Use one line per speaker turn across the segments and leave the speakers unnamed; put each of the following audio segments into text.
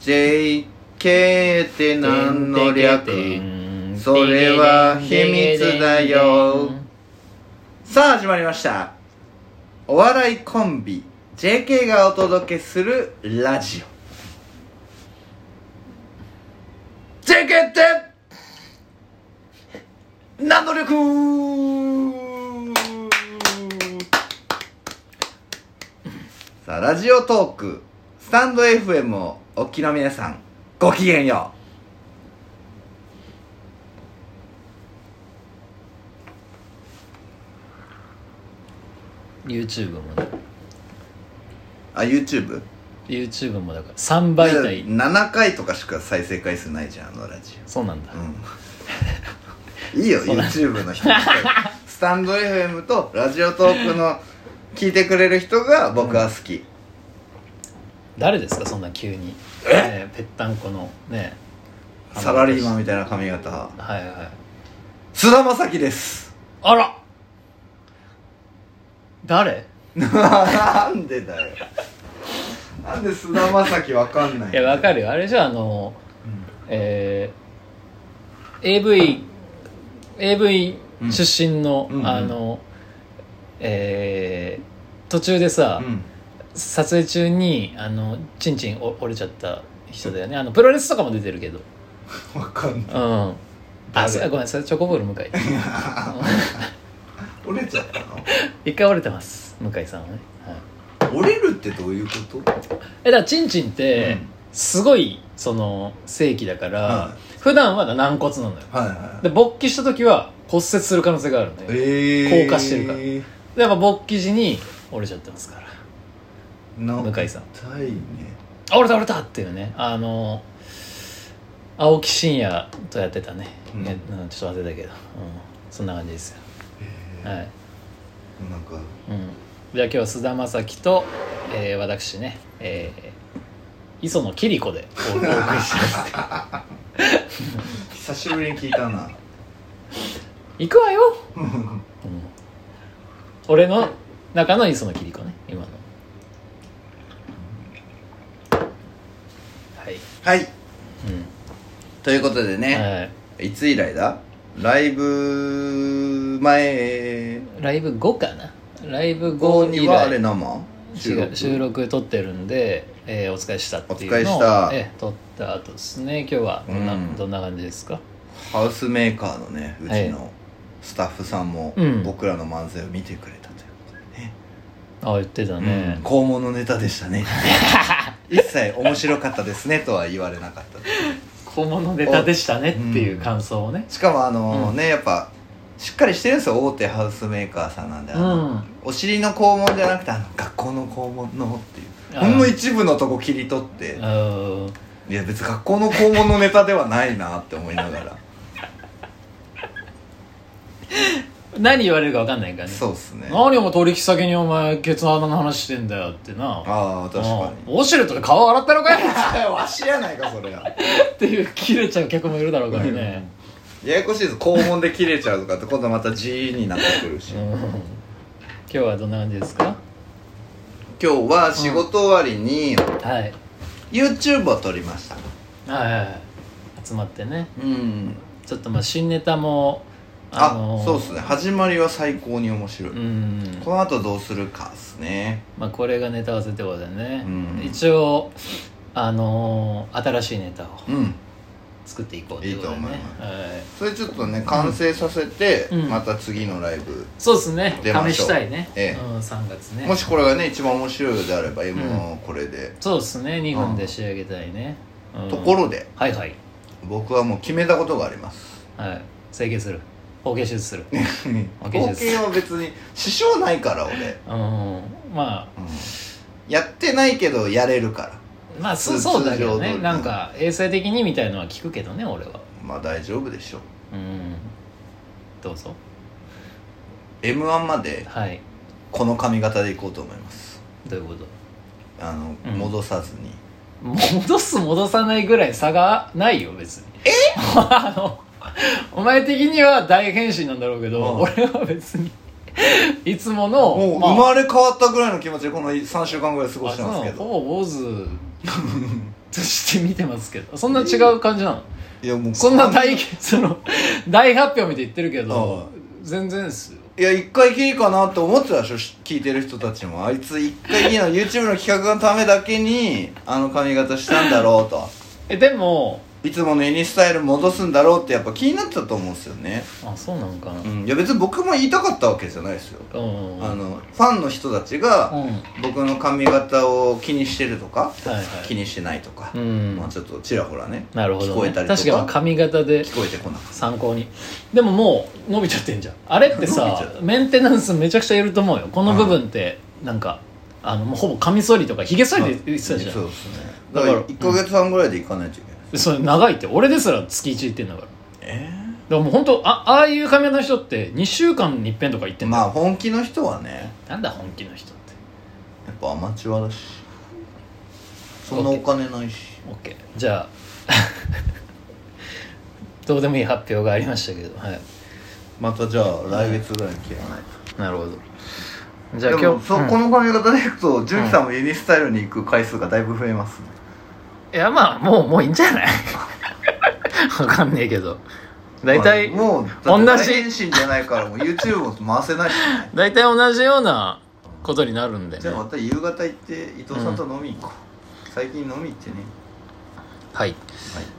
JK って何の略それは秘密だよさあ始まりましたお笑いコンビ JK がお届けするラジオ JK って何の略さあラジオトークスタンド FM をお聞きの皆さんごきげんよ
YouTube もね
うあ YouTube?
YouTube もだから3媒体
7回とかしか再生回数ないじゃんあのラジ
そうなんだ
オうんいいよ
そうなん
YouTube の人にスタンド FM とラジオトークの聞いてくれる人が僕は好き、
誰ですかそんな急にえぺったんこのね
サラリーマンみたいな髪型
はいはい
菅田将暉です
あら誰
なんでだよなんで菅田将暉わかんない
いやわかるよあれじゃあのえー AV AV
うん
出身の、
うんうん
あのえー途中でさ、
うん
撮影中にあのチンチンお折れちゃった人だよねあのプロレスとかも出てるけど
わかんない
うんあ
誰
そうごめんそれチョコボール向井
折れちゃったの
一回折れてます向井さんはね、はい、
折れるってどういうこと
えだからチンチンって、
うん
すごいその正規だから、
うん
普段は軟骨なのよ
はいはい
で勃起した時は骨折する可能性があるんで、
え
硬化してるからでやっぱ勃起時に折れちゃってますから
な
向井さん
痛いね
あ折れた折れたっていうねあの青木真也とやってたね、
うん
えうんちょっと忘れたけど、うん、そんな感じですよ、
え
はい
ーなんか
うん、じゃあ今日は菅田将暉と、えー私ね、えー磯野桐子でおお送りします
久しぶりに聞いた な
行くわよ、うん、俺の中の磯野桐子ね今のはい、
はい
うん
ということでね、
はい
いつ以来だライブ前
ライブ5かなライブ
後
5
に
以
はあれ
来
生
収録収録撮ってるんで、えーお疲れしたっていうの
お疲
を
れした
えー撮った後ですね今日はどんな,、
うん
どんな感じですか
ハウスメーカーのねう
は
ち
い
のスタッフさんも
うん
僕らの漫才を見てくれたということでね、
あ言ってた
う
ね
ん、、肛門のネタでしたね一切面白かったですねとは言われなかったです
小物ネタでしたねっていう感想をね
しかもあの
うん
ね、やっぱしっかりしてるんですよ大手ハウスメーカーさんなんで、あ
う
の
ん
お尻の肛門じゃなくてあの学校の肛門のっていう
あー
ほんの一部のとこ切り取って
うん
いや別に学校の肛門のネタではないなって思いなが ら
何言われるか分かんないからね
そうっすねあ
何お前取引先にお前ケツの穴の話してんだよってな
あー確かに
うんウォシュレットで顔洗ったのかい
わしやないかそれは
っていう切れちゃう客もいるだろうからね
ややこしいです肛門で切れちゃうとかって今度また G になってくるし、
うん今日はどんな感じですか
今日は仕事終わりに
はいはい
YouTube を撮りました
はいはい集まってね
うん
ちょっとまあ新ネタも
あ、
のー
そうっすね始まりは最高に面白い、
うん
この後どうするかっすね
まあ、これがネタ合わせってことでね、
うん
一応あのー新しいネタを
うん
作っていこうってことで
いいと思
ね
います
はい
それちょっとね完成させて、
うん
また次のライブ、
そうですね
出ま
試
しょう
したいね、
ええ
うん、3月ね
もしこれがね一番面白いのであれば m 1をこれで、
そうですね2分で仕上げたいね、うん
ところで
はいはい
僕はもう決めたことがあり ます
はい整形する包形手術する
包
ケーです
茎は別に支障ないから俺、
うんまあ
やってないけどやれるから
まあそ
通
そうだけど
通常
ね
通り
なんか衛生的にみたいのは聞くけどね俺は
まあ大丈夫でしょう
うんどうぞ
m 1まで
はい
この髪型でいこうと思います
どういうこと
あの、
うん
戻さずに
戻す戻さないぐらい差がないよ別にえ あのお前的には大変身なんだろうけど、
うん
俺は別にいつもの
もう
まあ
生まれ変わったぐらいの気持ちでこの3週間ぐらい過ご
あ
して
そうな
ます
の
けど
ほぼ坊主として見てますけどそんな違う感じなの、
いやもう
そんな大 その大発表みたいに言ってるけど
は
全然ですよ
いや一回きりかなって思ってたでしょし聞いてる人たちもあいつ一回きりの YouTube の企画のためだけにあの髪型したんだろうと
えでも
いつものユニスタイル戻すんだろうってやっぱ気になってたと思うんですよね、
あそうなのかな
う、ん、いや別に僕も言いたかったわけじゃないですよ
うん、
あのファンの人たちが
うん
僕の髪型を気にしてるとか、
いはい
気にしてないとか、
うん
まあちょっとちらほらね
なるほど、ね、
聞こえたりとか
確かに髪型で
聞こえてこなかっ
参考にでももう伸びちゃってんじゃんあれっ
伸
て
びち
さ
ゃ
メンテナンスめちゃくちゃいると思うよこの部分ってなんか、あのもうほぼカミソリとかひげ剃りで言って
た
たじゃん、
そうですね
だ
だか
か
らら1か月半ぐらいで行かないといけない
それ長いって俺ですら月1行ってんだからだ
え
からもう本当あああいう髪型の人って2週間に一遍とか行ってんだ
ま
よ、
あ本気の人はね
なんだ本気の人って
やっぱアマチュアだしそんなお金ないし
OK じゃあ どうでもいい発表がありましたけどはい
またじゃあ来月ぐらいに切らない
なるほどじゃあ
と、で
今
も
日
そ
うん
この髪型でいくと純喜さんもユニスタイルに行く回数がだいぶ増えますね
いやまあもうもういいんじゃない わかんねえけど大体、
まあもう
同じ
だって大変身じゃないからもう YouTube も回せない しね
大体同じようなことになるんで、
じ
ね
ゃあ、また夕方行って伊藤さんと飲み行こう、最近飲み行ってね
はい、い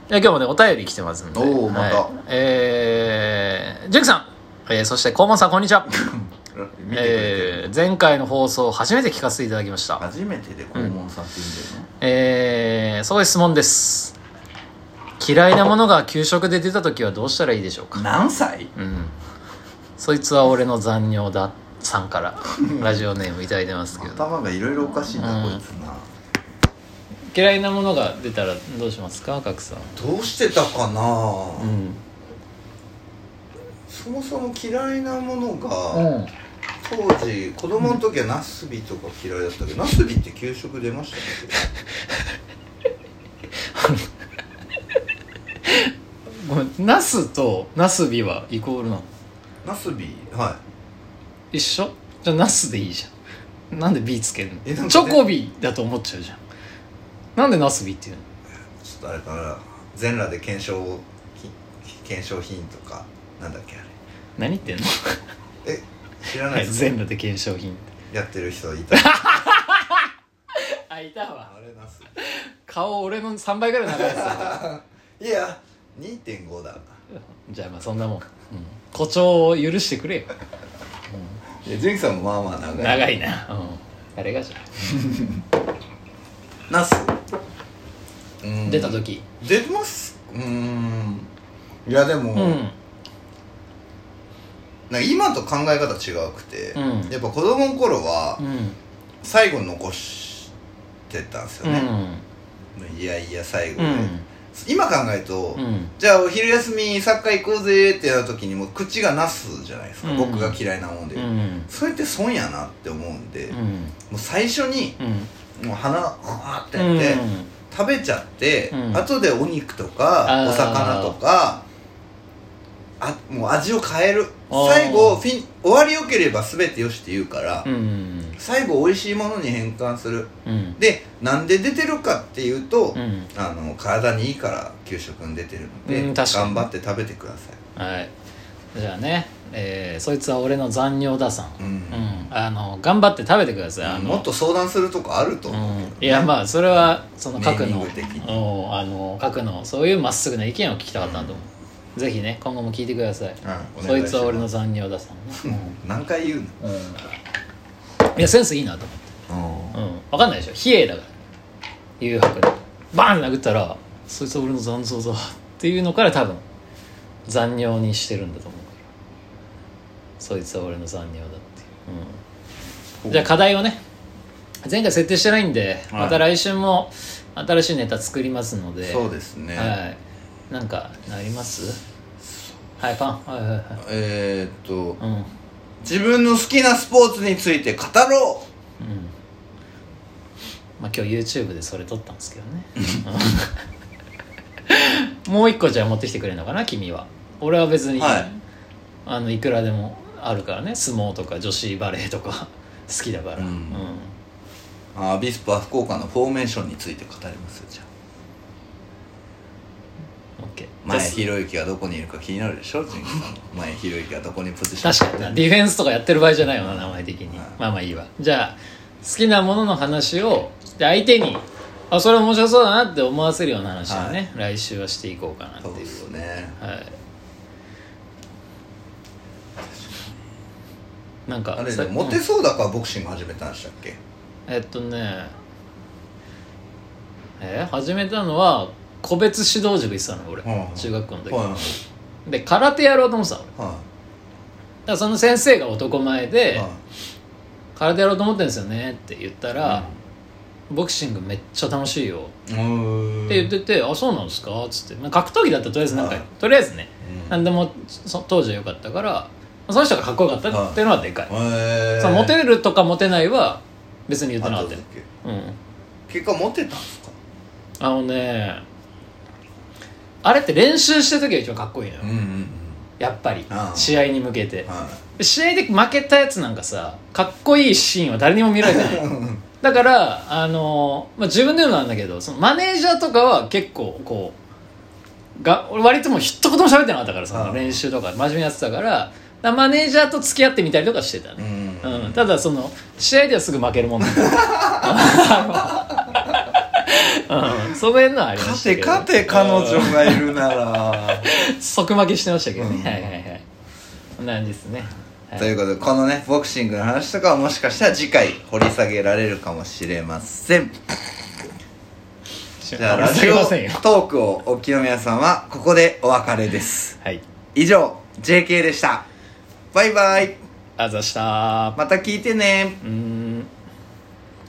や今日もねお便り来てますんで
おーまた
はい、えー、ジェクさん、えー、そしてコウモンさんこんにちは
見てくれてる、
えー、前回の放送初めて聞かせていただきました
初めてで肛門さんって言うんだよね、
えー、そういう質問です嫌いなものが給食で出た時はどうしたらいいでしょうか
何歳
うんそいつは俺の残尿ださんからラジオネームいただいてますけど
頭がいろいろおかしいな、
うん
こいつな
嫌いなものが出たらどうしますか賀来さん
どうしてたかな、
うん
そもそも嫌いなものが、
うん
当時子供の時はナスビとか嫌いだったけど、ナスビって給食出ました っ
ごめんナスとナスビはイコールなの
けナスビは
一緒じゃあナスでいいじゃんなんで B つける
えなんか
の
ね
チョコビだと思っちゃうじゃんなんでナスビっていうの
いちょっとあれかな全裸で検証をき検証品とかなんだっけあ
何言ってんの
れえ知らないです
全部で検証品
やってる人いた
あいたわ
あれナス
顔俺の3倍ぐらい長いです
ビいや2.5だ
じゃあまあそんなもん、うん、誇張を許してくれよ
いや純喜さんもまあまあ長い
長いな、うん、あれがじゃ
ナスうん
出た時
出てますうーんいやでも、
うん、
なんか今と考え方違うくて、
うん
やっぱ子供の頃は
うん
最後に残してたんです
う
よね、
ん
いやいや最後
う
で、
ん
今考えると、
うん
じゃあお昼休みサッカー行こうぜってなった時にもう口がなすじゃないですか、
うん
僕が嫌いなもんで、
うん
それって損やなって思うんで、
う
も
ん
う最初に
うん
もう鼻があーって
う
や
ん
って、食べちゃって、
うん
後でお肉とか
あー
お魚とかあもう味を変える
あー
最後フィン終わりよければ全てよしって言うから、
うん
最後美味しいものに変換する
うん
でなんで出てるかっていうと、
うん
あの体にいいから給食に出てるので、
うん確かに
頑張って食べてください、
はいじゃあね、えー、そいつは俺の残尿ださ
う
ん
ん
うんあの頑張って食べてくださいあの
もっと相談するとこあると
う
思うけどね、
ん、いやまあそれはその
ネ
各
ーミン
の
グ的に
おあの各のそういうまっすぐな意見を聞きたかったんだと思う、ぜひね今後も聞いてくださ
う
い、
んお
そ
願いし
い
ます
つは俺の残尿ださんね、
何回言う
うんいやセンスいいなと思って
の、
うん分かんないでしょ比叡だから誘白でバーン殴ったらそいつは俺の残像だっていうのから多分残尿にしてるんだと思うからそいつは俺の残尿だっていう、うん
うん
じゃあ課題をね前回設定してないんで、
はい
また来週も新しいネタ作りますので
そうですね、
はいなんかなりますはいパンはいはいはい
えー、っと
うんうん
自分の好きなスポーツについて語ろう
まあ今日 YouTube でそれ撮ったんですけど ねうんもう一個じゃあ持ってきてくれるのかな君は俺は別に、
はい
あのいくらでもあるからね相撲とか女子バレーとか 好きだから、
うんアビスパ福岡のフォーメーションについて語りますよじゃ前ひろゆきはどこにいるか気になるでしょジンギさん前ひろゆきはどこにポジション
確かになディフェンスとかやってる場合じゃないよな名前的に、
はい
まあまあいいわじゃあ好きなものの話をで相手にあそれ面白そうだなって思わせるような話をね、来週はしていこうかなって
そう
い
で
う
すね
はいなんか
あれ
さ
ねモテそうだからボクシング始めたんでしたっけ
えっとねえ始めたのは個別指導塾行ってたの俺、
うんうん
中学校の時、
は
で空手やろうと思ってたの俺
いは
だからその先生が男前
い
で、
は
空手やろうと思ってるんですよねって言ったら、ボクシングめっちゃ楽しいよ
いうん
って言ってて、あそうなんですかっつって、まあ、格闘技だったらとりあえずなんか、
はい
とりあえずね
うん
何でもそ当時は良かったからまあその人がかっこよかったっていうのはでかい、
へー
そのモテるとかモテないは別に言ってなか
あ
っ
と
た
だ
よ
っけ
うん
結果モテたんですか
あのねあれって練習してる時が一番かっこいいのよ、
うんうんうん
やっぱり
ああ
試合に向けて
は
試合で負けたやつなんかさかっこいいシーンは誰にも見られてない
いうん
だからあの、まあ、自分で言うのなんだけどそのマネージャーとかは結構こうが俺割ともう一言も喋ってなかったからそ
あ
の
あ
練習とか真面目にやってたからだからマネージャーと付き合ってみたりとかしてたね、
う
うんん、ただその試合ではすぐ負けるもんだから うん、その辺のはありま
勝
したけ
て
ど
勝て彼女がいるなら
うん即負けしてましたけどね、
うん
はいはいはいこんなんですね、はい
ということでこのねボクシングの話とかはもしかしたら次回掘り下げられるかもしれませんじゃあラジオ
すい
ト
ませんよ
ークをお清宮さんはここでお別れです
はい
以上 JK でしたバイバイ
あざした
また聞いてね
うん